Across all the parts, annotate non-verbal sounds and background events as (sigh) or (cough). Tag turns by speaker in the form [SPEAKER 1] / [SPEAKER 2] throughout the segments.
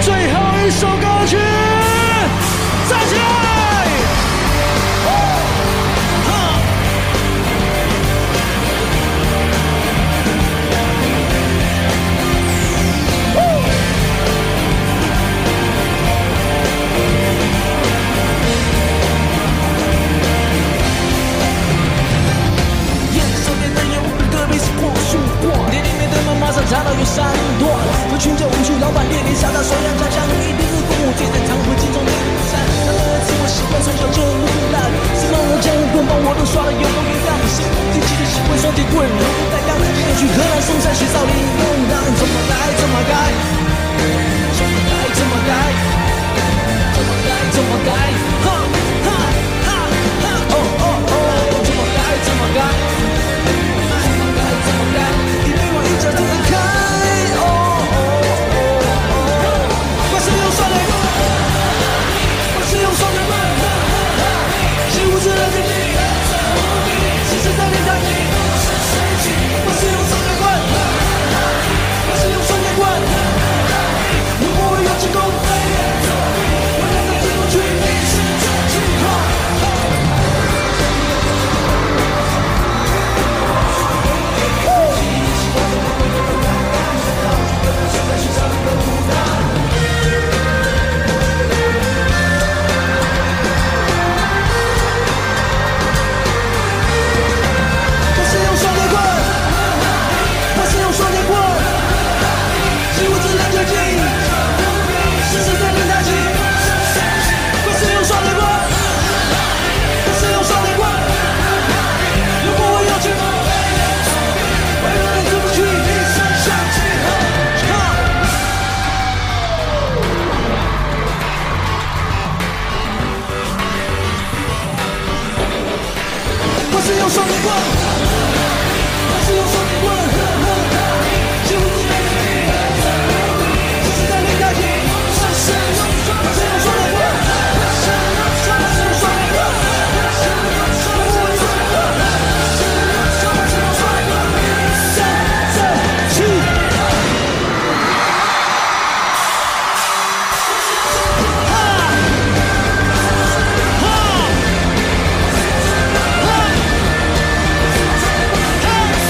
[SPEAKER 1] 最后一首歌曲，站起来！眼少年的烟雾特别是光速过，店里面的门马上查到有三段，有群众无趣，老板面临下大手要家乡一定是父母最擅长和镜中的比赛，他们的自我习惯从小就很腐烂，是让人家用棍棒我都刷了有容易让心，自己的习惯双截棍，容易带刚也去河南嵩山学少林弄堂，怎么来怎么改，怎么来怎么改，怎么来怎么改，哈哈哈哈，哦哦哦，怎么来怎么改。怎么改？一杯我一脚踢开，哦哦哦！我是用双腿，我是用双腿迈，是无知的天地，是谁在天堂？我是用双截棍，我是用双截棍，如果我有成功，我能够进过去，你是真心话。我是用双截棍，我是用双截棍，是无知的绝境，是谁在天台起？我是用双截棍，我是用双截棍，如果我有去，我永远出不去，一身香气。我是用双截棍，我是用双截棍，是无知的绝境，是谁在天台起？我是用双截棍，我是用双截棍，我是用双截棍。我是用双截棍，我是用双截棍，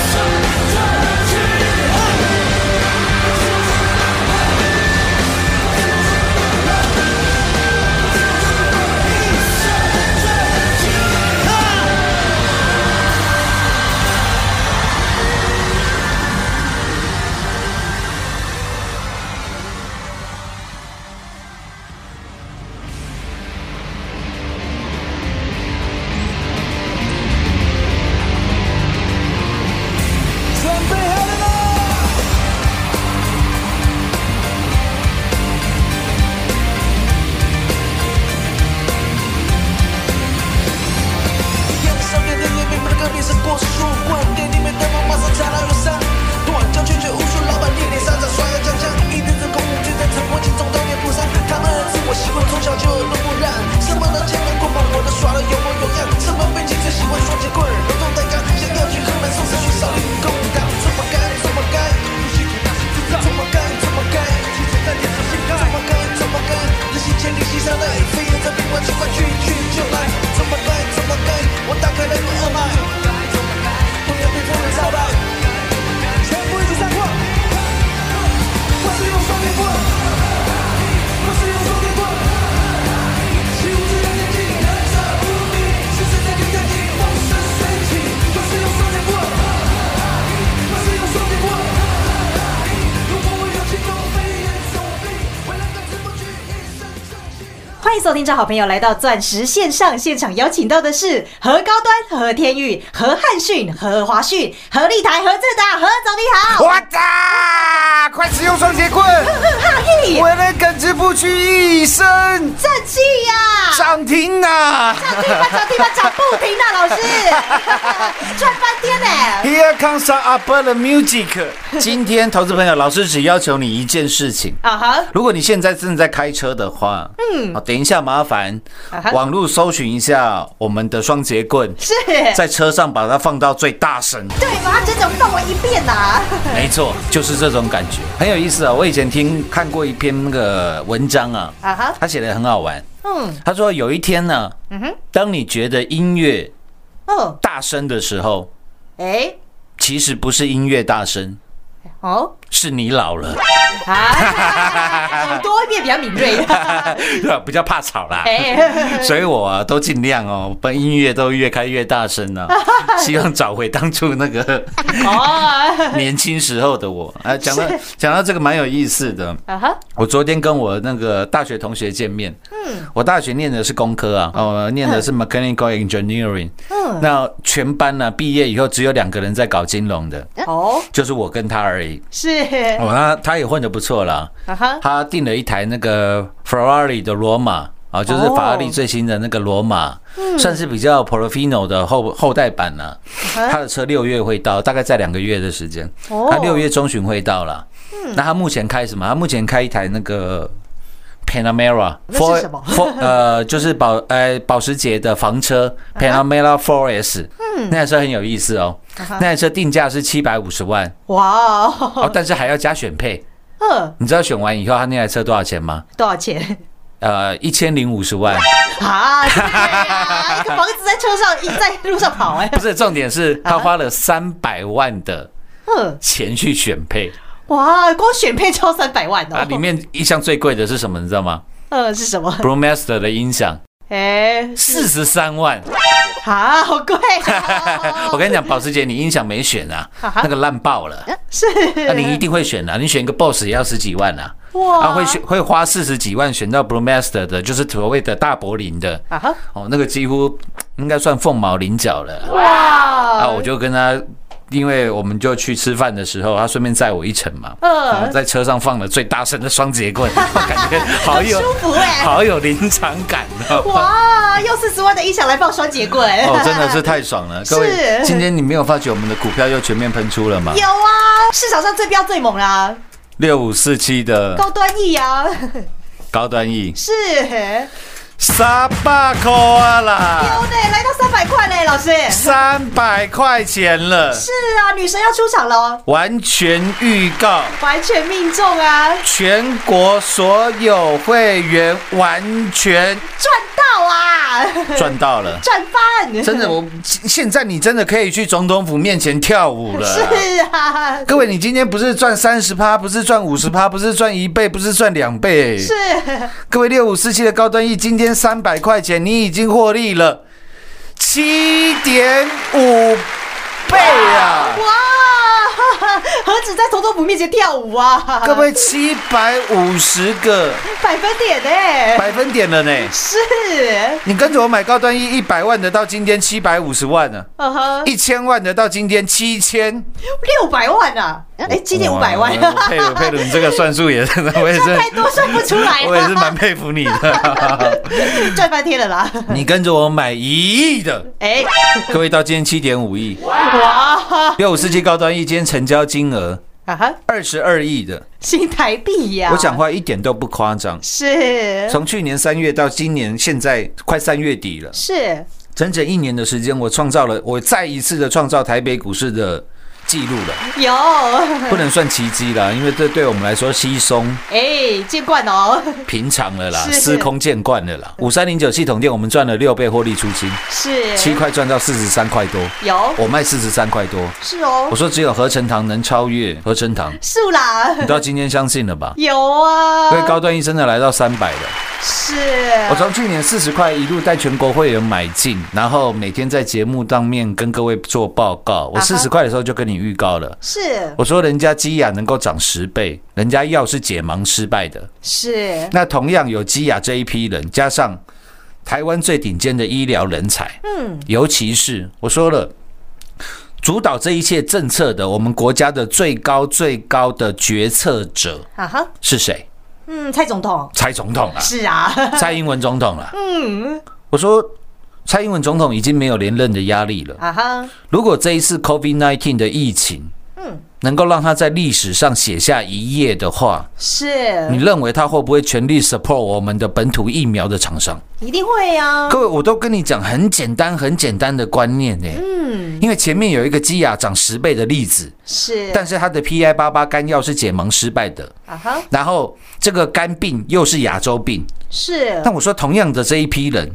[SPEAKER 2] 收听众好朋友来到钻石线上现场，邀请到的是何高端、何天宇、何汉逊、何华逊、何立台、何志达、何总，你好！
[SPEAKER 3] 我打，快使用双节棍，
[SPEAKER 2] 哈嘿，
[SPEAKER 3] 我能耿直不屈一生，
[SPEAKER 2] 正气呀、
[SPEAKER 3] 涨停呐、
[SPEAKER 2] 涨停板，涨停板，涨不停啊，老师， (laughs) 赚翻天呢、
[SPEAKER 3] Here comes some upper the music。今天投资朋友，老师只要求你一件事情。
[SPEAKER 2] 啊哈，
[SPEAKER 3] 如果你现在正在开车的话，嗯，好，等一下麻烦
[SPEAKER 2] 啊哈
[SPEAKER 3] 网络搜寻一下我们的双节棍，
[SPEAKER 2] 是，
[SPEAKER 3] 在车上把它放到最大声。
[SPEAKER 2] 对，把它整整放完一遍啊呐、哎
[SPEAKER 3] 没错，就是这种感觉，很有意思啊、我以前听看过一篇那个文章啊，
[SPEAKER 2] 啊哈，
[SPEAKER 3] 他写的很好玩。
[SPEAKER 2] 嗯，
[SPEAKER 3] 他说有一天呢，
[SPEAKER 2] 嗯哼，
[SPEAKER 3] 当你觉得音乐
[SPEAKER 2] 哦，
[SPEAKER 3] 大声的时候，
[SPEAKER 2] 哎、
[SPEAKER 3] 其实不是音乐大声，
[SPEAKER 2] 哦，
[SPEAKER 3] 是你老了，
[SPEAKER 2] 啊， (laughs) 耳朵会变比较敏锐，
[SPEAKER 3] (laughs) 比较怕吵啦。
[SPEAKER 2] 哎，
[SPEAKER 3] 所以我啊都尽量哦，把音乐都越开越大声
[SPEAKER 2] (laughs)
[SPEAKER 3] 了、希望找回当初那个
[SPEAKER 2] 哦，
[SPEAKER 3] 年轻时候的我。啊，讲到讲到这个蛮有意思的。
[SPEAKER 2] 啊哈，
[SPEAKER 3] 我昨天跟我那个大学同学见面，嗯，我大学念的是工科啊，哦，念的是 mechanical engineering，
[SPEAKER 2] 嗯，
[SPEAKER 3] 那全班呢、毕业以后只有两个人在搞金融的，
[SPEAKER 2] 哦，
[SPEAKER 3] 就是我跟他而已。
[SPEAKER 2] 是，
[SPEAKER 3] 哦，那他也混得不错啦。
[SPEAKER 2] 啊哈，
[SPEAKER 3] 他订了一台那个 Ferrari 的罗马啊，就是
[SPEAKER 2] 哦嗯
[SPEAKER 3] 法拉利最新的那个罗马，算是比较 Portofino 的后后代版了、
[SPEAKER 2] 嗯哼
[SPEAKER 3] 他的车六月会到，大概在两个月的时间，
[SPEAKER 2] 哦嗯
[SPEAKER 3] 他六月中旬会到了。那他目前开什么？他目前开一台那个 Panamera
[SPEAKER 2] 那是什么
[SPEAKER 3] Four 呃，就是保呃保时捷的房车
[SPEAKER 2] 啊
[SPEAKER 3] Panamera Four S，那
[SPEAKER 2] 嗯
[SPEAKER 3] 台车很有意思哦。
[SPEAKER 2] 啊
[SPEAKER 3] 那台车定价是七百五十万
[SPEAKER 2] 哇
[SPEAKER 3] 哦，
[SPEAKER 2] 哦，
[SPEAKER 3] 但是还要加选配。
[SPEAKER 2] 嗯，
[SPEAKER 3] 你知道选完以后他那台车多少钱吗？
[SPEAKER 2] 多少钱？ (laughs)
[SPEAKER 3] 呃，一千零五十万。
[SPEAKER 2] 啊，对啊，一个房子在车上，一在路上跑、哎
[SPEAKER 3] (laughs) 不，是，重点是他花了三百万的
[SPEAKER 2] 嗯，
[SPEAKER 3] 钱去选配
[SPEAKER 2] 哦哇，光选配超三百万哦，
[SPEAKER 3] 啊。里，面一项最贵的是什么？你知
[SPEAKER 2] (laughs)
[SPEAKER 3] 道吗
[SPEAKER 2] 呃，是什么？
[SPEAKER 3] ？Promaster 的音响
[SPEAKER 2] 哎、
[SPEAKER 3] 四十三万。，
[SPEAKER 2] 啊，好贵、哦
[SPEAKER 3] (laughs) 我跟你讲，保时捷你音响没选啊，
[SPEAKER 2] 啊哈呃
[SPEAKER 3] 那个烂爆了。
[SPEAKER 2] 是，
[SPEAKER 3] 那你一定会选啊，你选一个 Boss 也要十几万啊。
[SPEAKER 2] 哇
[SPEAKER 3] 啊，会选会花四十几万选到 Promaster 的，就是所谓的大柏林的
[SPEAKER 2] 啊哈，
[SPEAKER 3] 哦，那个几乎应该算凤毛麟角了。
[SPEAKER 2] 哇，
[SPEAKER 3] 啊，我就跟他，因为我们就去吃饭的时候，他顺便载我一程嘛，
[SPEAKER 2] 嗯
[SPEAKER 3] 啊在车上放了最大声的双
[SPEAKER 2] (laughs)
[SPEAKER 3] 节棍，我感觉好有
[SPEAKER 2] 很舒服欸
[SPEAKER 3] 好有临场感
[SPEAKER 2] (laughs)
[SPEAKER 3] 哦。
[SPEAKER 2] 哇，用四十万的音响来放双节棍，
[SPEAKER 3] 哦，真的是太爽了！各位，
[SPEAKER 2] 是
[SPEAKER 3] 今天你没有发觉我们的股票又全面喷出了吗？
[SPEAKER 2] (laughs) 有啊，市场上最标最猛啦、
[SPEAKER 3] 六五四七的
[SPEAKER 2] 高端艺啊， (laughs)
[SPEAKER 3] 高端 E，
[SPEAKER 2] 是，
[SPEAKER 3] 三百
[SPEAKER 2] 有
[SPEAKER 3] 块啊啦，
[SPEAKER 2] 呢，哦来到三百块嘞，老师，
[SPEAKER 3] 三百块钱了，
[SPEAKER 2] 是啊，女神要出场了哦，
[SPEAKER 3] 完全预告。
[SPEAKER 2] 完全命中啊，
[SPEAKER 3] 全国所有会员完全
[SPEAKER 2] 赚到啊，，
[SPEAKER 3] 赚到了
[SPEAKER 2] 赚翻，
[SPEAKER 3] (laughs) 真的，我现现在你真的可以去总统府面前跳舞了啊。
[SPEAKER 2] 是啊，
[SPEAKER 3] 各位，你今天不是赚三十趴，不是赚五十趴，不是赚一倍，不是赚两倍。
[SPEAKER 2] 是啊
[SPEAKER 3] 各位，六五四七的高端 E 今天三百块钱，你已经获利了七点五倍啊！
[SPEAKER 2] 哇，何止在头头府面前跳舞啊，
[SPEAKER 3] 各位，七百五十个
[SPEAKER 2] 百分点哎、
[SPEAKER 3] 百分点了呢。
[SPEAKER 2] 是，
[SPEAKER 3] 你跟着我买高端 E 一百万的，到今天七百五十万呢、
[SPEAKER 2] 嗯哼，
[SPEAKER 3] 一千万的到今天七千，
[SPEAKER 2] 六百万啊，哎，今年五百万，
[SPEAKER 3] 哇佩服佩服，你这个算术也是，我也是
[SPEAKER 2] 太多算不出来了，啊
[SPEAKER 3] 我也是蛮佩服你的。
[SPEAKER 2] (laughs) 赚翻天了啦，
[SPEAKER 3] 你跟着我买一亿的，
[SPEAKER 2] 哎、
[SPEAKER 3] 各位到今天七点五亿，
[SPEAKER 2] 哇，
[SPEAKER 3] 六五四七高端一，今天成交金额
[SPEAKER 2] 啊哈，
[SPEAKER 3] 二十二亿的，
[SPEAKER 2] 新台币呀、
[SPEAKER 3] 我讲话一点都不夸张。
[SPEAKER 2] 啊是
[SPEAKER 3] 从去年三月到今年，现在快三月底了，
[SPEAKER 2] 是
[SPEAKER 3] 整整一年的时间，我创造了，我再一次的创造台北股市的记录了，
[SPEAKER 2] 有，
[SPEAKER 3] 不能算奇迹啦，因为这对我们来说稀松
[SPEAKER 2] 哎，见惯哦，
[SPEAKER 3] 平常了啦，
[SPEAKER 2] 是
[SPEAKER 3] 司空见惯了啦。五三零九系统店，我们赚了六倍获利出清，
[SPEAKER 2] 是
[SPEAKER 3] 七块赚到四十三块多，
[SPEAKER 2] 有
[SPEAKER 3] 我卖四十三块多。
[SPEAKER 2] 是哦
[SPEAKER 3] 我，说只有合成堂能超越
[SPEAKER 2] (laughs)
[SPEAKER 3] 合成堂，
[SPEAKER 2] 是啦，？
[SPEAKER 3] 你到今天相信了吧
[SPEAKER 2] 有啊，
[SPEAKER 3] 因为高端医真的来到三百了，
[SPEAKER 2] 是哦
[SPEAKER 3] 我从去年四十块一路带全国会员买进，然后每天在节目当面跟各位做报告。我
[SPEAKER 2] 啊哈
[SPEAKER 3] 四十块的时候就跟你预告了，
[SPEAKER 2] 是
[SPEAKER 3] 我说人家基亚能够涨十倍，人家药是解盲失败的。
[SPEAKER 2] 是，
[SPEAKER 3] 那同样有基亚这一批人，加上台湾最顶尖的医疗人才，
[SPEAKER 2] 嗯，
[SPEAKER 3] 尤其是我说了。主导这一切政策的，我们国家的最高最高的决策者
[SPEAKER 2] 啊哈，
[SPEAKER 3] 是谁？
[SPEAKER 2] 嗯，蔡总统
[SPEAKER 3] 蔡总统啊，
[SPEAKER 2] 是啊， (laughs)
[SPEAKER 3] 蔡英文总统啊。
[SPEAKER 2] 嗯，
[SPEAKER 3] 我说，蔡英文总统已经没有连任的压力了。
[SPEAKER 2] 啊哈，
[SPEAKER 3] 如果这一次 COVID-19 的疫情，
[SPEAKER 2] 嗯
[SPEAKER 3] 能够让他在历史上写下一页的话，你
[SPEAKER 2] 是，
[SPEAKER 3] 认为他会不会全力 support 我们的本土疫苗的厂商？
[SPEAKER 2] 一定会啊，
[SPEAKER 3] 各位，我都跟你讲很简单、很简单的观念呢、
[SPEAKER 2] 嗯，
[SPEAKER 3] 因为前面有一个基亚涨十倍的例子，
[SPEAKER 2] 是，
[SPEAKER 3] 但是它的 PI 八八肝药是解盲失败的，
[SPEAKER 2] 啊哈，
[SPEAKER 3] 然后这个肝病又是亚洲病，
[SPEAKER 2] 是
[SPEAKER 3] 但我说同样的这一批人，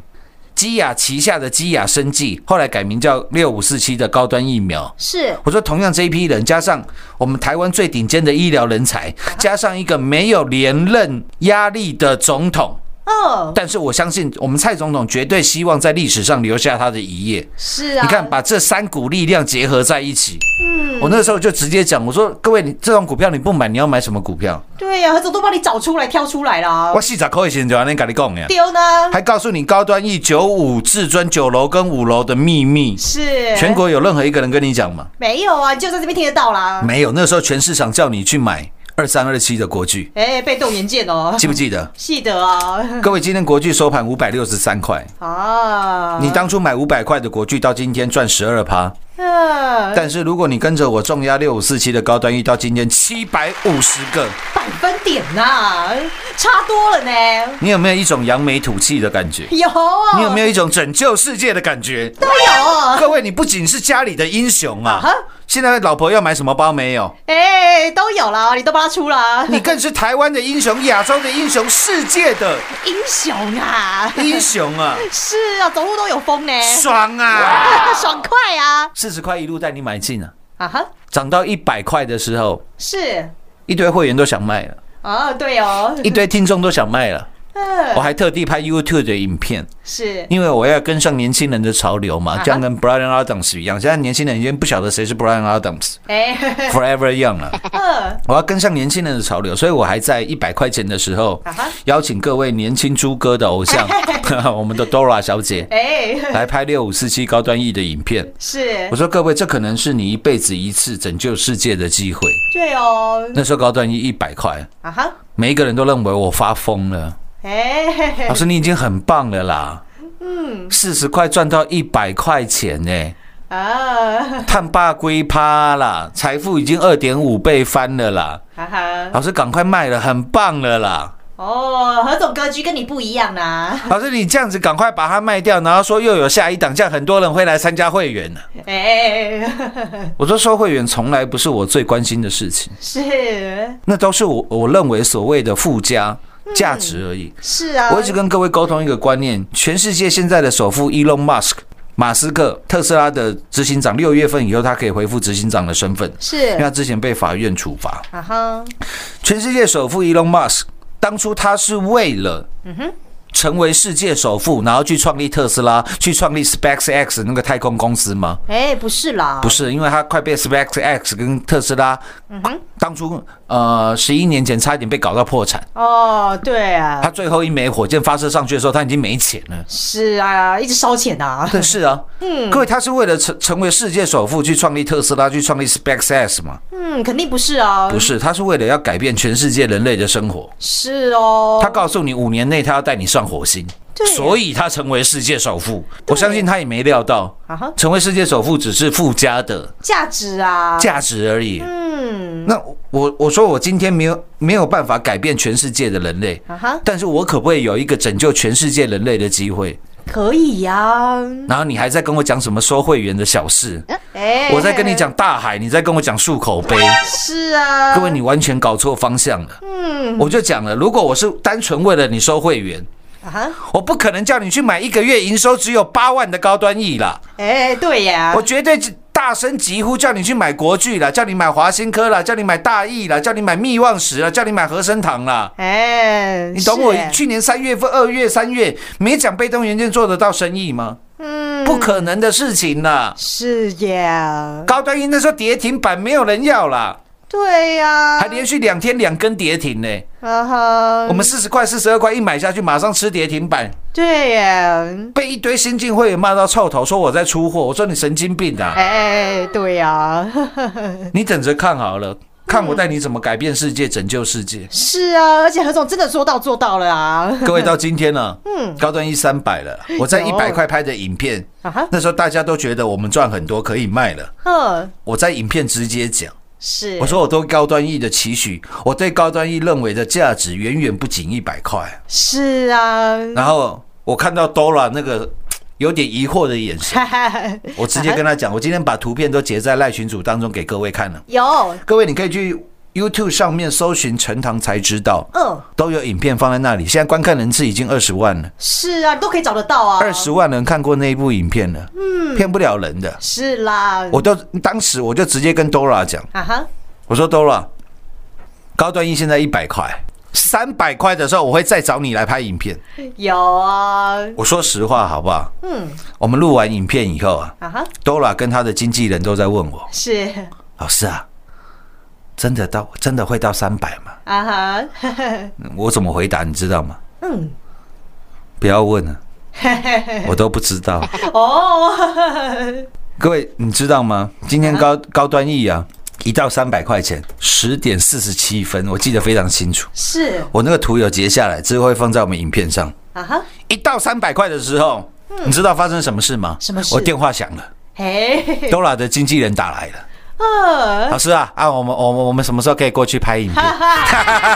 [SPEAKER 3] 基亚旗下的基亚生技后来改名叫六五四七的高端疫苗。
[SPEAKER 2] 是
[SPEAKER 3] 我说同样这一批人，加上我们台湾最顶尖的医疗人才，加上一个没有连任压力的总统，
[SPEAKER 2] 哦，
[SPEAKER 3] 但是我相信我们蔡总统绝对希望在历史上留下他的遗业。
[SPEAKER 2] 是啊，
[SPEAKER 3] 你看，把这三股力量结合在一起，嗯，我那时候就直接讲，我说各位，你这种股票你不买，你要买什么股票？
[SPEAKER 2] 对呀，何总都帮你找出来挑出来啦
[SPEAKER 3] 我，细仔可以先就安尼跟你讲呀。
[SPEAKER 2] 丢呢
[SPEAKER 3] 还告诉你高端 E 九五至尊九楼跟五楼的秘密。
[SPEAKER 2] 是
[SPEAKER 3] 全国有任何一个人跟你讲吗？
[SPEAKER 2] 没有啊，你就在这边听得到啦，
[SPEAKER 3] 没有，那时候全市场叫你去买二三二七的国巨，
[SPEAKER 2] 哎，被动元件哦，？
[SPEAKER 3] 记不记得
[SPEAKER 2] 记得啊，
[SPEAKER 3] 各位，今天国巨收盘五百六十三块，
[SPEAKER 2] 啊，
[SPEAKER 3] 你当初买五百块的国巨，到今天赚十二
[SPEAKER 2] 嗯
[SPEAKER 3] 趴。
[SPEAKER 2] 呃
[SPEAKER 3] 但是如果你跟着我重压六五四七的高端 E，到今天七百五十个，
[SPEAKER 2] 百分点呐，差多了呢，
[SPEAKER 3] 你有没有一种扬眉吐气的感觉？
[SPEAKER 2] 有啊，
[SPEAKER 3] 你有没有一种拯救世界的感觉？
[SPEAKER 2] 都有啊？
[SPEAKER 3] 各位，你不仅是家里的英雄
[SPEAKER 2] 啊哈
[SPEAKER 3] 啊！现在老婆要买什么包没有？
[SPEAKER 2] 哎、都有啦，你都帮他出啦，
[SPEAKER 3] 你更是台湾的英雄、亚洲的英雄、世界的
[SPEAKER 2] 英雄啊！
[SPEAKER 3] 英雄
[SPEAKER 2] (laughs)
[SPEAKER 3] 啊，
[SPEAKER 2] 是啊，走路都有风呢， (laughs)
[SPEAKER 3] 爽啊！
[SPEAKER 2] 爽快啊！
[SPEAKER 3] 四十块一路带你买进啊，
[SPEAKER 2] 啊哈，
[SPEAKER 3] 涨到一百块的时候，
[SPEAKER 2] 是
[SPEAKER 3] 一堆会员都想
[SPEAKER 2] (laughs)
[SPEAKER 3] 卖了，
[SPEAKER 2] 啊，对哦， (laughs)
[SPEAKER 3] 一堆听众都想卖了。
[SPEAKER 2] 嗯、
[SPEAKER 3] 我还特地拍 YouTube 的影片，
[SPEAKER 2] 是
[SPEAKER 3] 因为我要跟上年轻人的潮流嘛，
[SPEAKER 2] 啊哈
[SPEAKER 3] 这样跟 Brian Adams 一样。现在年轻人已经不晓得谁是 Brian Adams，Forever
[SPEAKER 2] 哎， (laughs) 嗯、
[SPEAKER 3] Young 啊了。我要跟上年轻人的潮流，所以我还在一百块钱的时候
[SPEAKER 2] 啊哈
[SPEAKER 3] 邀请各位年轻猪哥的偶
[SPEAKER 2] (laughs)
[SPEAKER 3] 像， (laughs) 我们的 Dora 小姐
[SPEAKER 2] 哎、 (laughs)
[SPEAKER 3] 来拍六五四七高端 E 的影
[SPEAKER 2] 嗯
[SPEAKER 3] 片。
[SPEAKER 2] 是
[SPEAKER 3] 我，说各位，这可能是你一辈子一次拯救世界的机会。
[SPEAKER 2] 对哦，
[SPEAKER 3] 那时候高端 E 一百块，
[SPEAKER 2] 啊哈，
[SPEAKER 3] 每一个人都认为我发疯了。
[SPEAKER 2] 哎、 (laughs)
[SPEAKER 3] 老师，你已经很棒了啦。嗯，四十块赚到一百块钱呢、
[SPEAKER 2] 啊，
[SPEAKER 3] 探爸归趴啦，财富已经二点五倍翻了啦。
[SPEAKER 2] 哈啊哈，
[SPEAKER 3] 老师，赶快卖了，很棒了啦。
[SPEAKER 2] 哦，何总格局跟你不一样啊啦，
[SPEAKER 3] (laughs) 老师，你这样子赶快把它卖掉，然后说又有下一档，这样很多人会来参加会员呢、
[SPEAKER 2] 哎、 (laughs)
[SPEAKER 3] 我说收会员从来不是我最关心的事情，
[SPEAKER 2] 是
[SPEAKER 3] 那都是我我认为所谓的附加价值而已。
[SPEAKER 2] 是啊，
[SPEAKER 3] 我一直跟各位沟通一个观念：全世界现在的首富 Elon Musk。马斯克，特斯拉的执行长，六月份以后他可以恢复执行长的身份，因为
[SPEAKER 2] 是
[SPEAKER 3] 他之前被法院处罚。
[SPEAKER 2] 啊哈，
[SPEAKER 3] 全世界首富 Elon Musk，当初他是为了成为世界首富，然后去创立特斯拉，去创立 SpaceX 那个太空公司吗？
[SPEAKER 2] 哎、不是啦，
[SPEAKER 3] 不是，因为他快被 SpaceX 跟特斯拉，当初呃十一年前差一点被搞到破产。
[SPEAKER 2] 哦，对啊
[SPEAKER 3] 他，最后一枚火箭发射上去的时候，他已经没钱了。
[SPEAKER 2] 是啊，一直烧钱
[SPEAKER 3] (laughs)
[SPEAKER 2] 啊，
[SPEAKER 3] 但是啊，各位，他是为了成成为世界首富去创立特斯拉，去创立 SpaceX 吗？
[SPEAKER 2] 嗯，肯定不是啊，
[SPEAKER 3] 不是，他是为了要改变全世界人类的生活。
[SPEAKER 2] 是哦，
[SPEAKER 3] 他告诉你五年内他要带你上火星，
[SPEAKER 2] 对
[SPEAKER 3] 所以他成为世界首富。我相信他也没料到
[SPEAKER 2] 啊哈，
[SPEAKER 3] 成为世界首富只是附加的
[SPEAKER 2] 价值啊，
[SPEAKER 3] 价值而已。
[SPEAKER 2] 嗯，
[SPEAKER 3] 那我我说我今天没有没有办法改变全世界的人类
[SPEAKER 2] 啊哈，
[SPEAKER 3] 但是我可不可以有一个拯救全世界人类的机会？
[SPEAKER 2] 可以呀、啊，
[SPEAKER 3] 然后你还在跟我讲什么收会员的小事？
[SPEAKER 2] 哎、
[SPEAKER 3] 我在跟你讲大海，你在跟我讲漱口杯。
[SPEAKER 2] 是啊，
[SPEAKER 3] 各位，你完全搞错方向了。嗯，我就讲了，如果我是单纯为了你收会员，
[SPEAKER 2] 啊哈，
[SPEAKER 3] 我不可能叫你去买一个月营收只有八万的高端 E 啦，
[SPEAKER 2] 哎、对呀、
[SPEAKER 3] 我绝对大声疾呼叫你去买国巨啦，叫你买华新科啦，叫你买大益啦，叫你买蜜旺石啦，叫你买和生堂啦。
[SPEAKER 2] 哎，
[SPEAKER 3] 你懂我
[SPEAKER 2] 是哎
[SPEAKER 3] 去年三月份、二月、三月没讲被动元件做得到生意吗？嗯，不可能的事情啦。
[SPEAKER 2] 是呀，
[SPEAKER 3] 高端一那时候跌停板没有人要啦，
[SPEAKER 2] 对呀，
[SPEAKER 3] 还连续两天两根跌停呢、
[SPEAKER 2] 啊哈，
[SPEAKER 3] 我们四十块、四十二块一买下去，马上吃跌停板，
[SPEAKER 2] 对呀，
[SPEAKER 3] 被一堆新进会员骂到臭头，说我在出货。我说你神经病啊！
[SPEAKER 2] 哎，对呀， (laughs)
[SPEAKER 3] 你等着看好了，看我带你怎么改变世界、拯救世界。
[SPEAKER 2] 是啊，而且何总真的说到做到了啊，
[SPEAKER 3] 各位到今天呢、高端一三百了，我在一
[SPEAKER 2] 有
[SPEAKER 3] 百块拍的影片，
[SPEAKER 2] 啊哈，
[SPEAKER 3] 那时候大家都觉得我们赚很多可以卖了，
[SPEAKER 2] 哼，
[SPEAKER 3] 我在影片直接讲。
[SPEAKER 2] 是，
[SPEAKER 3] 我说我对高端 E 的期许，我对高端 E 认为的价值远远不仅一百块。
[SPEAKER 2] 是啊， (laughs)
[SPEAKER 3] 然后我看到 Dora 那个有点疑惑的眼神，
[SPEAKER 2] (laughs)
[SPEAKER 3] 我直接跟他讲，我今天把图片都截在赖群组当中给各位看了。
[SPEAKER 2] 有，
[SPEAKER 3] 各位你可以去 YouTube 上面搜寻陈塘才知道，
[SPEAKER 2] 嗯，
[SPEAKER 3] 都有影片放在那里。现在观看人次已经二十万了，
[SPEAKER 2] 是啊，你都可以找得到啊，
[SPEAKER 3] 二十万人看过那一部影片了，嗯，骗不了人的。
[SPEAKER 2] 是啦，
[SPEAKER 3] 我都当时我就直接跟 Dora 讲，
[SPEAKER 2] 啊哈，
[SPEAKER 3] 我说 Dora，高端一现在一百块，三百块的时候我会再找你来拍影片。
[SPEAKER 2] 有啊，
[SPEAKER 3] 我说实话好不好？
[SPEAKER 2] 嗯，
[SPEAKER 3] 我们录完影片以后啊
[SPEAKER 2] 啊哈，
[SPEAKER 3] ，Dora 跟她的经纪人都在问我，
[SPEAKER 2] 是，
[SPEAKER 3] 老师啊，真的到真的会到三百吗？
[SPEAKER 2] 啊哈， (laughs)
[SPEAKER 3] 我怎么回答你知道吗？
[SPEAKER 2] 嗯，
[SPEAKER 3] 不要
[SPEAKER 2] (laughs)
[SPEAKER 3] 问了、我都不知道。
[SPEAKER 2] 哦，
[SPEAKER 3] 各位，你知道吗？今天高高端 E 啊，一到三百块钱，十点四十七分，我记得非常清楚。
[SPEAKER 2] 是，
[SPEAKER 3] 我那个图有截下来，之后会放在我们影片上。
[SPEAKER 2] 啊哈，
[SPEAKER 3] 一到三百块的时候，你知道发生什么事吗？
[SPEAKER 2] 嗯什么事哎
[SPEAKER 3] 我电话响了
[SPEAKER 2] 嘿，
[SPEAKER 3] ，Dora 的经纪人打来了。
[SPEAKER 2] 嗯，
[SPEAKER 3] 老师啊啊，我们我们我们什么时候可以过去拍影片？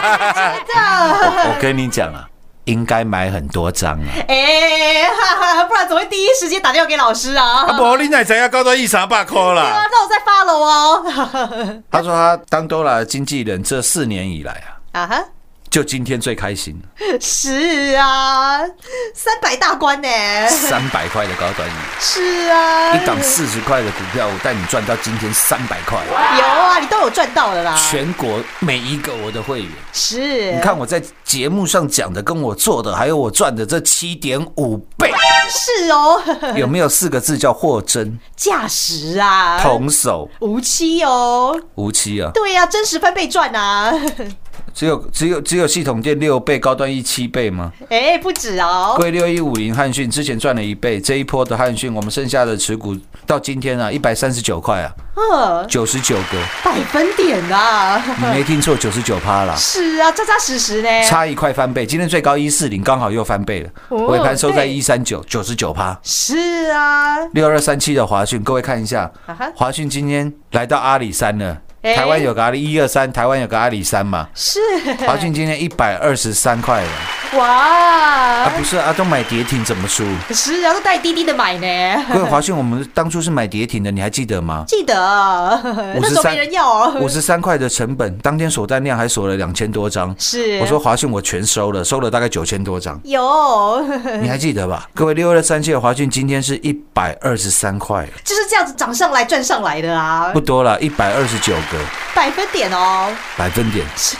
[SPEAKER 3] (laughs) 我我跟你讲啊，应该买很多张啊。
[SPEAKER 2] 哎，哈哈，不然怎么会第一时间打电话给老师啊？
[SPEAKER 3] 啊，无你哪知要高端一三百块
[SPEAKER 2] 啊
[SPEAKER 3] 啦？，
[SPEAKER 2] 那我再发了哦。 (laughs)
[SPEAKER 3] 他说他当 Dora 的经纪人这四年以来啊，
[SPEAKER 2] 啊哈，
[SPEAKER 3] 就今天最开心了，
[SPEAKER 2] 是啊，三百大关呢、
[SPEAKER 3] 三百块的高端 (laughs) 椅。
[SPEAKER 2] 是啊，
[SPEAKER 3] 一档四十块的股票，我带你赚到今天三百块，
[SPEAKER 2] 有啊，你都有赚到了啦。
[SPEAKER 3] 全国每一个我的会员，
[SPEAKER 2] 是，
[SPEAKER 3] 你看我在节目上讲的，跟我做的，还有我赚的这七点五 (laughs) 倍，
[SPEAKER 2] 是哦， (laughs)
[SPEAKER 3] 有没有四个字叫货真、
[SPEAKER 2] 驾驶啊，
[SPEAKER 3] 同手
[SPEAKER 2] 无期哦，
[SPEAKER 3] 无期啊？
[SPEAKER 2] 对呀、啊，真实翻倍赚啊， (laughs)
[SPEAKER 3] 只有只有只有系统店六倍，高端一七倍吗？
[SPEAKER 2] 哎、不止哦，
[SPEAKER 3] 贵六一五零汉讯之前赚了一倍，这一波的汉讯，我们剩下的持股到今天啊，一百三十九块啊，
[SPEAKER 2] 嗯，
[SPEAKER 3] 九十九个，
[SPEAKER 2] 百分点啊，
[SPEAKER 3] 你没听错，九十九趴啦。
[SPEAKER 2] 是啊，扎扎实实呢，
[SPEAKER 3] 差一块翻倍，今天最高一四零，刚好又翻倍了。
[SPEAKER 2] 哦
[SPEAKER 3] 尾盘收在
[SPEAKER 2] 对
[SPEAKER 3] 一三九，九十九趴。
[SPEAKER 2] 是啊，
[SPEAKER 3] 六二三七的华讯，各位看一下
[SPEAKER 2] 啊哈，
[SPEAKER 3] 华讯今天来到阿里山了。
[SPEAKER 2] 哎
[SPEAKER 3] 台湾有个阿里一二三，台湾有个阿里山嘛。
[SPEAKER 2] 是，
[SPEAKER 3] 华讯今天一百二十三块了，啊
[SPEAKER 2] 哇，
[SPEAKER 3] 不是啊，都买跌停怎
[SPEAKER 2] (laughs)
[SPEAKER 3] 么输？
[SPEAKER 2] 是啊，都带滴滴的买呢，
[SPEAKER 3] 各位华讯，我们当初是买跌停的，你还记得吗？
[SPEAKER 2] 记得啊 (laughs) 那时候没人要
[SPEAKER 3] 五
[SPEAKER 2] 哦，
[SPEAKER 3] 十三块的成本，当天锁单量还锁了两千多张。
[SPEAKER 2] 是，
[SPEAKER 3] 我说华讯我全收了，收了大概九千多张。
[SPEAKER 2] 有， (laughs)
[SPEAKER 3] 你还记得吧？各位，六二三七的华讯今天是一百二十三块，
[SPEAKER 2] 就是这样子涨上来赚上来的啊
[SPEAKER 3] 不，多了，一百二十九个
[SPEAKER 2] 百分点哦，
[SPEAKER 3] 百分点。
[SPEAKER 2] 是，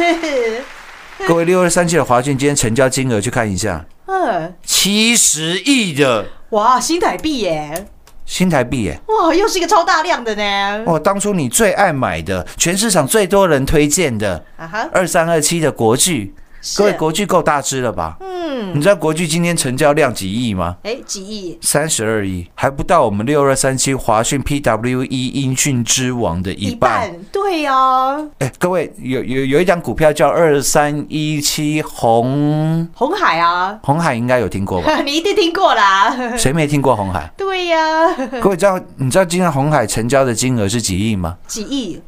[SPEAKER 3] 各位，六二三七的华讯今天成交金额去看一下，
[SPEAKER 2] 嗯，
[SPEAKER 3] 七十亿的
[SPEAKER 2] 哇，新台币耶，
[SPEAKER 3] 新台币耶！
[SPEAKER 2] 哇，又是一个超大量的呢，
[SPEAKER 3] 哦，当初你最爱买的，全市场最多人推荐的
[SPEAKER 2] 啊哈，
[SPEAKER 3] 二三二七的国巨，
[SPEAKER 2] 是
[SPEAKER 3] 各位国巨够大只了吧？
[SPEAKER 2] 嗯，
[SPEAKER 3] 你知道国巨今天成交量几亿吗？
[SPEAKER 2] 哎，几亿，
[SPEAKER 3] 三十二亿，还不到我们六二三七华讯 PWE 音讯之王的一半。，
[SPEAKER 2] 对呀、啊，
[SPEAKER 3] 哎，各位有有有一张股票叫二三一七红
[SPEAKER 2] 红海啊， (laughs)
[SPEAKER 3] 红海，应该有听过 (laughs) 吧？
[SPEAKER 2] 你一定听过啦，？
[SPEAKER 3] 谁没听过红 (laughs) 海
[SPEAKER 2] 对呀、 (laughs)
[SPEAKER 3] 各位知道你知道今天红海成交的金额是几亿吗？
[SPEAKER 2] 几亿。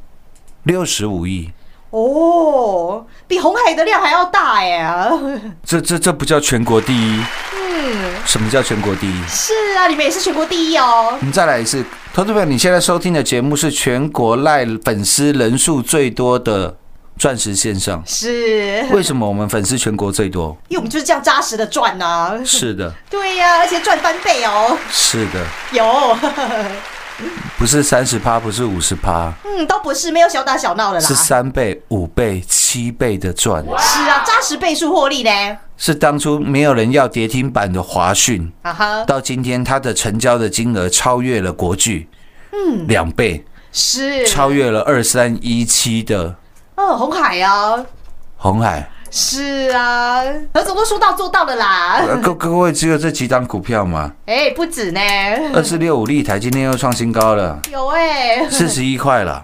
[SPEAKER 3] 六十五亿。
[SPEAKER 2] 哦，比红海的量还要大耶！ (laughs)
[SPEAKER 3] 这这这不叫全国第一？嗯，什么叫全国第一？
[SPEAKER 2] 是啊，你们也是全国第一哦。
[SPEAKER 3] 你再来一次，投资朋友，你现在收听的节目是全国赖粉丝人数最多的钻石线 (laughs) 上。
[SPEAKER 2] 是，
[SPEAKER 3] 为什么我们粉丝全国最 (laughs) 多？
[SPEAKER 2] 因为我们就是这样扎实的赚呐、啊。
[SPEAKER 3] 是的，
[SPEAKER 2] 对呀、而且赚翻倍哦。
[SPEAKER 3] 是的。
[SPEAKER 2] 有，
[SPEAKER 3] 不是三十趴，不是五十趴，
[SPEAKER 2] (laughs) 嗯，都不是没有小打小闹了啦。
[SPEAKER 3] 是三倍、五倍、七倍的赚，
[SPEAKER 2] 是啊，扎实倍数获利呢。
[SPEAKER 3] 是当初没有人要跌停板的华讯，
[SPEAKER 2] 啊哈，
[SPEAKER 3] 到今天它的成交的金额超越了国巨，嗯，两倍，
[SPEAKER 2] 是
[SPEAKER 3] 超越了二三一七的
[SPEAKER 2] 哦，红海啊，
[SPEAKER 3] 红海。
[SPEAKER 2] 是啊，何总都说到做到了啦。
[SPEAKER 3] 呃各各位只有这几档股票嘛，
[SPEAKER 2] 哎，不止呢，
[SPEAKER 3] 二四六五立台今天又创新高了，
[SPEAKER 2] 有哎，
[SPEAKER 3] 四十一块了。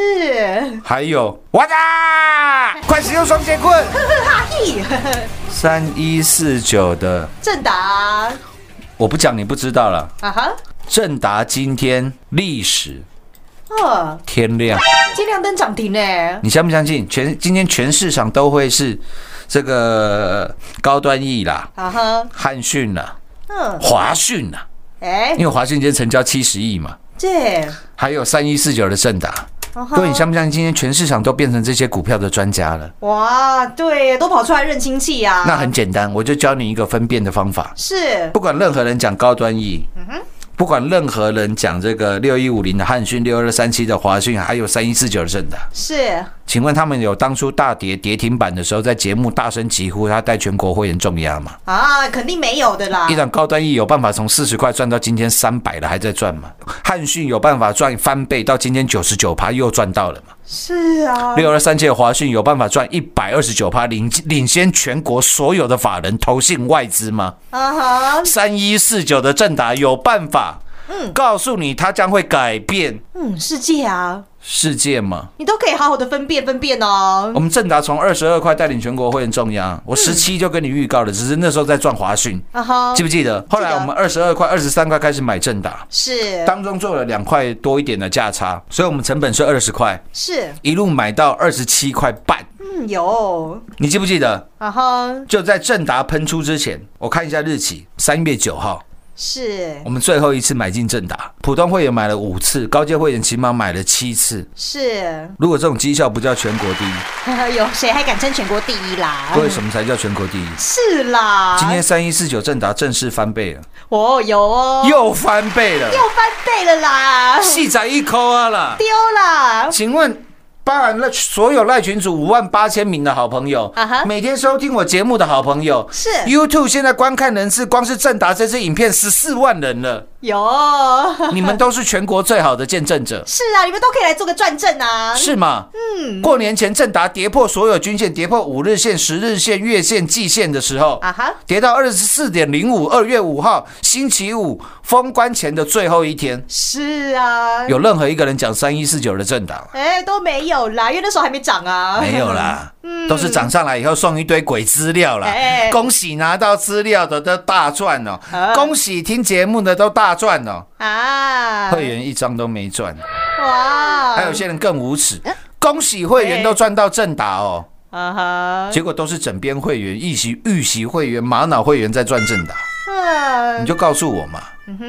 [SPEAKER 2] 是
[SPEAKER 3] 还有，哇哒，快使用双节棍，
[SPEAKER 2] 哈嘿，
[SPEAKER 3] 三一四九的，
[SPEAKER 2] 正达啊
[SPEAKER 3] 我不讲你不知道了。
[SPEAKER 2] 啊哈，
[SPEAKER 3] 正达今天历史
[SPEAKER 2] 哦，
[SPEAKER 3] 天亮，
[SPEAKER 2] 今天亮灯涨停呢，
[SPEAKER 3] 你相不相信？全今天全市场都会是这个高端 E 啦、
[SPEAKER 2] 啊哈，
[SPEAKER 3] 汉讯啦、
[SPEAKER 2] 嗯，
[SPEAKER 3] 华讯啦，
[SPEAKER 2] 哎，
[SPEAKER 3] 因为华讯今天成交七十亿嘛，
[SPEAKER 2] 这，
[SPEAKER 3] 还有三一四九的正达。
[SPEAKER 2] 啊哈
[SPEAKER 3] 各位，你相不相信今天全市场都变成这些股票的专家了？
[SPEAKER 2] 哇，对，都跑出来认亲戚啊，
[SPEAKER 3] 那很简单，我就教你一个分辨的方法。
[SPEAKER 2] 是
[SPEAKER 3] 不管任何人讲高端 E，不
[SPEAKER 2] 嗯
[SPEAKER 3] 管任何人讲这个六一五零的汉讯、六二三七的华讯，还有三一四九的正达，
[SPEAKER 2] 是，
[SPEAKER 3] 请问他们有当初大跌跌停板的时候，在节目大声疾呼他带全国会员重压吗？
[SPEAKER 2] 啊，肯定没有的啦
[SPEAKER 3] 一，档高端 E 有办法从四十块赚到今天三百了，还在赚吗？汉讯有办法赚翻倍到今天九十九趴，又赚到了嘛？
[SPEAKER 2] 是啊，
[SPEAKER 3] 六二三七的华讯有办法赚一百二十九趴，领领先全国所有的法人、投信、外资吗？
[SPEAKER 2] 啊哈，
[SPEAKER 3] 三一四九的正达有办法，告诉你它将会改变
[SPEAKER 2] 嗯，世界啊，
[SPEAKER 3] 世界吗？
[SPEAKER 2] 你都可以好好的分辨分辨哦
[SPEAKER 3] 我，们正达从二十二块带领全国会员中央，我十七就跟你预告了，只是那时候在赚华讯，
[SPEAKER 2] 啊哈
[SPEAKER 3] 记，不哦记得？后来我们二十二块、二十三块开始买正达，
[SPEAKER 2] 是
[SPEAKER 3] 当中做了两块多一点的价差，所以我们成本是二十块，
[SPEAKER 2] 是，
[SPEAKER 3] 一路买到二十七块半，
[SPEAKER 2] 嗯，有，
[SPEAKER 3] 你记不记得？
[SPEAKER 2] 啊哈，
[SPEAKER 3] 就在正达喷出之前，我看一下日期，三月九号，
[SPEAKER 2] 是
[SPEAKER 3] 我们最后一次买进正达，普通会员买了五次，高阶会员起码买了七次。
[SPEAKER 2] 是， (laughs)
[SPEAKER 3] 如果这种绩效不叫全国第一，
[SPEAKER 2] 有谁还敢争全国第一啦？
[SPEAKER 3] 各位什么才叫全国第一？
[SPEAKER 2] 是啦，
[SPEAKER 3] 今天三一四九正达正式翻倍了，
[SPEAKER 2] 哦有哦，
[SPEAKER 3] 又翻倍了，
[SPEAKER 2] 又翻倍了啦，
[SPEAKER 3] 细仔一抠啊啦！
[SPEAKER 2] 丢啦，
[SPEAKER 3] 请问，包含了所有赖群主五万八千名的好朋友
[SPEAKER 2] 啊哈，
[SPEAKER 3] 每天收听我节目的好朋友，
[SPEAKER 2] 是
[SPEAKER 3] YouTube 现在观看人次，光是正达这支影片十四万
[SPEAKER 2] (laughs)
[SPEAKER 3] 人了，
[SPEAKER 2] 有，，
[SPEAKER 3] 你们都是全国最好的见证者
[SPEAKER 2] (laughs) 是啊，你们都可以来做个转正啊，
[SPEAKER 3] 是吗？嗯。过年前正达跌破所有均线，跌破五日线、十日线、月线、季线的时候，
[SPEAKER 2] 啊哈，
[SPEAKER 3] 跌到二十四点零五，二月五号星期五封关前的最后一天，
[SPEAKER 2] 是啊，
[SPEAKER 3] 有任何一个人讲三一四九的政党
[SPEAKER 2] 哎都没有啦，因为那时候还没涨啊，
[SPEAKER 3] (laughs) 没有，啦？都是涨上来以后送一堆鬼资料啦
[SPEAKER 2] 哎哎。
[SPEAKER 3] 恭喜拿到资料的都大赚哦
[SPEAKER 2] 啊，
[SPEAKER 3] 恭喜听节目的都大赚哦，
[SPEAKER 2] (laughs) 啊，
[SPEAKER 3] 会员一张都没赚。
[SPEAKER 2] 哇，
[SPEAKER 3] 还有些人更无耻，
[SPEAKER 2] 嗯
[SPEAKER 3] 恭喜会员都赚到正达哦，
[SPEAKER 2] 啊哈，
[SPEAKER 3] 结果都是枕边会员、预习预习会员、玛瑙会员在赚正达，你
[SPEAKER 2] 嗯，
[SPEAKER 3] 就告诉我嘛，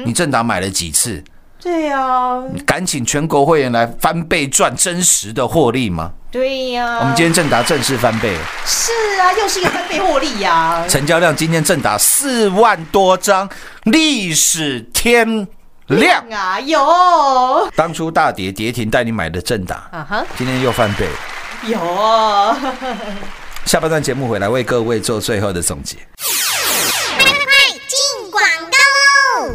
[SPEAKER 3] 你正达买了几次？
[SPEAKER 2] 对啊，
[SPEAKER 3] 敢请全国会员来翻倍赚真实的获利吗？
[SPEAKER 2] 对呀，
[SPEAKER 3] 我们今天正达正式翻倍了，
[SPEAKER 2] 是啊，又是一个翻倍获利呀，
[SPEAKER 3] 成交量今天正达四万多张，历史天量。
[SPEAKER 2] 啊有，啊
[SPEAKER 3] 当初大跌跌停带你买的正达，
[SPEAKER 2] 哈，
[SPEAKER 3] 今天又翻倍了。
[SPEAKER 2] 有， (laughs)
[SPEAKER 3] 下半段节目回来为各位做最后的总结。
[SPEAKER 4] 进广告喽！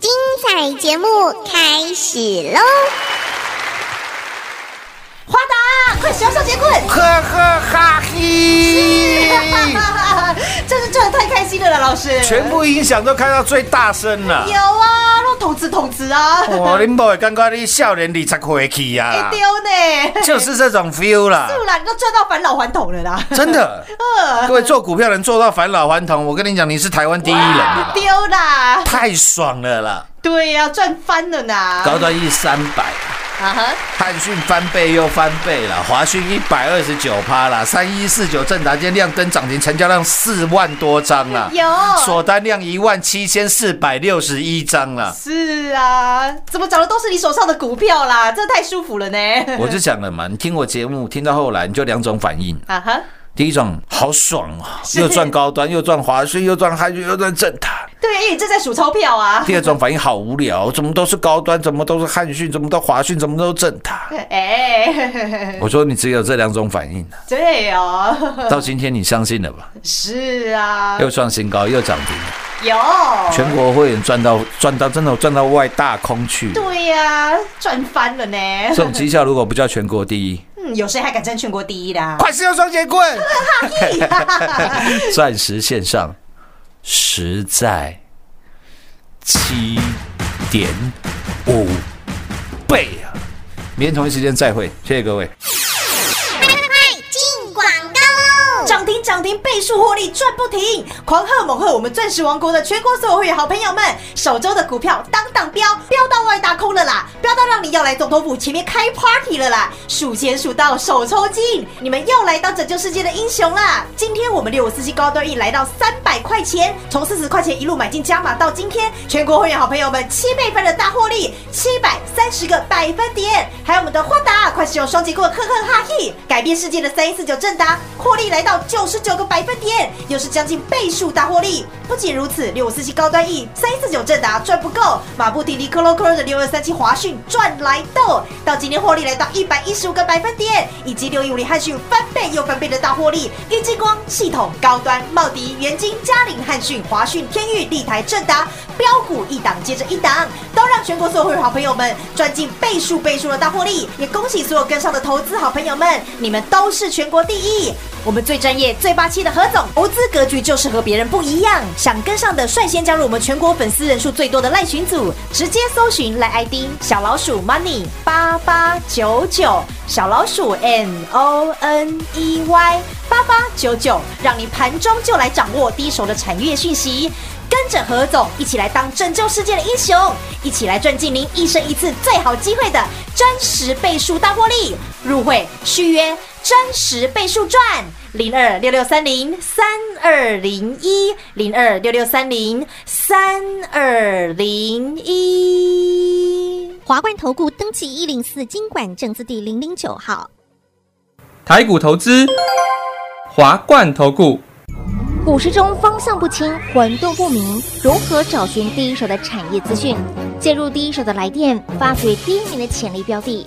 [SPEAKER 4] 精彩节目开始喽！
[SPEAKER 2] 花达。滚，小小姐滚！
[SPEAKER 3] 呵呵哈嘿，
[SPEAKER 2] (laughs) 真是真的太开心了啦，老师！
[SPEAKER 3] 全部音响都开到最大声了。
[SPEAKER 2] 有啊，那投资投资啊，
[SPEAKER 3] 哇，恁某会感觉你少年二十岁
[SPEAKER 2] (laughs)
[SPEAKER 3] 去
[SPEAKER 2] 哎
[SPEAKER 3] 啊，
[SPEAKER 2] 丢呢，
[SPEAKER 3] 就是这种 feel 啦，
[SPEAKER 2] 不然你都赚到返老还童了啦。 (laughs) 呃
[SPEAKER 3] 真的。各位做股票能做到返老还童，我跟你讲，你是台湾第一人了啦，
[SPEAKER 2] 丢啦，
[SPEAKER 3] 太爽了啦！
[SPEAKER 2] 对呀、赚翻了呐！
[SPEAKER 3] 高端一三百，
[SPEAKER 2] 啊哈，
[SPEAKER 3] 汉讯翻倍又翻倍了，华讯一百二十九趴啦，三一四九正达今天亮灯涨停，成交量四万多张啦，
[SPEAKER 2] 有
[SPEAKER 3] 锁单量一万七千四百六十一张啦。
[SPEAKER 2] 是啊，怎么找的都是你手上的股票啦，这太舒服了呢。
[SPEAKER 3] 我就讲了嘛，你听我节目听到后来，你就两种反应。
[SPEAKER 2] (laughs) 啊哈，
[SPEAKER 3] 第一种好爽啊，又赚高端，又赚华讯，又赚汉讯，又赚正达。
[SPEAKER 2] 对，因为你正在数钞票啊。
[SPEAKER 3] 第二种反应好无聊，怎么都是高端，怎么都是汉讯，怎么都华讯，怎么都是正达。
[SPEAKER 2] 哎，
[SPEAKER 3] 我说你只有这两种反应，
[SPEAKER 2] 对哦，
[SPEAKER 3] 到今天你相信了
[SPEAKER 2] 嗯
[SPEAKER 3] 吧？
[SPEAKER 2] 是啊，
[SPEAKER 3] 又创新高，又涨停，
[SPEAKER 2] 有
[SPEAKER 3] 全国会员赚到赚到真的赚到外大空去。
[SPEAKER 2] 对呀、赚翻了呢。
[SPEAKER 3] 这种绩效如果不叫全国第一，
[SPEAKER 2] 嗯，有谁还敢争全国第一的啊？
[SPEAKER 3] 快使用双节棍！钻石线上实在七点五倍啊！明天同一时间再会，谢谢各位。
[SPEAKER 4] 进广告喽！
[SPEAKER 2] 涨停涨停，倍数获利赚不停，狂贺猛贺我们钻石王国的全国所有会员好朋友们，首周的股票当当飙，飙到外大空了啦，飙到让你要来总统府前面开 party 了啦，数钱数到手抽筋，你们又来当拯救世界的英雄啦！今天我们六五四七高端 E 来到三百块钱，从四十块钱一路买进加码到今天，全国会员好朋友们七倍翻的大获利，七百三十个百分点，还有我们的花达，快使用双节棍，呵呵哈嘿，改变世界的三一四九正达，获利来到九十九个百分点，又是将近倍数大获利。不仅如此，六五四七高端 E 三一四九正达赚不够，马不停蹄克隆克隆的六二三七华讯赚来豆，到今天获利来到一百一十五个百分点，以及六一五零汉讯翻倍又翻倍的大获利，跟之光系统高端茂迪元金嘉陵汉讯华讯天域立台正达标股一档接着一档，都让全国所有会员好朋友们赚进倍数倍数的大获利。也恭喜所有跟上的投资好朋友们，你们都是全国第一。我们最专业、最霸气的何总，投资格局就是和别人不一样。想跟上的，率先加入我们全国粉丝人数最多的赖群组，直接搜寻赖 ID 小老鼠 money 八八九九，小老鼠 m o n e y 八八九九，让你盘中就来掌握第一手的产业讯息。跟着何总一起来当拯救世界的英雄，一起来赚进您一生一次最好机会的真实倍数大获利。入会续约，真实倍数赚零二六六三零三二零一零二六六三零三二零一。
[SPEAKER 5] 华冠投顾登记一零四经管证字第零零九号。
[SPEAKER 6] 台股投资，华冠投顾。
[SPEAKER 5] 股市中方向不清、混沌不明，如何找寻第一手的产业资讯？介入第一手的来电，发掘第一名的潜力标的，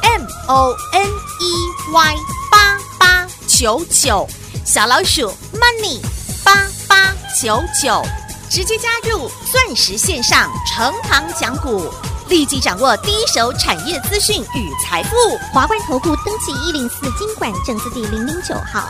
[SPEAKER 4] M O N E Y 八八九九，小老鼠 Money 八八九九，直接加入钻石线上成行讲股，立即掌握第一手产业资讯与财富。
[SPEAKER 5] 华冠投顾登记一零四经管证字第零零九号。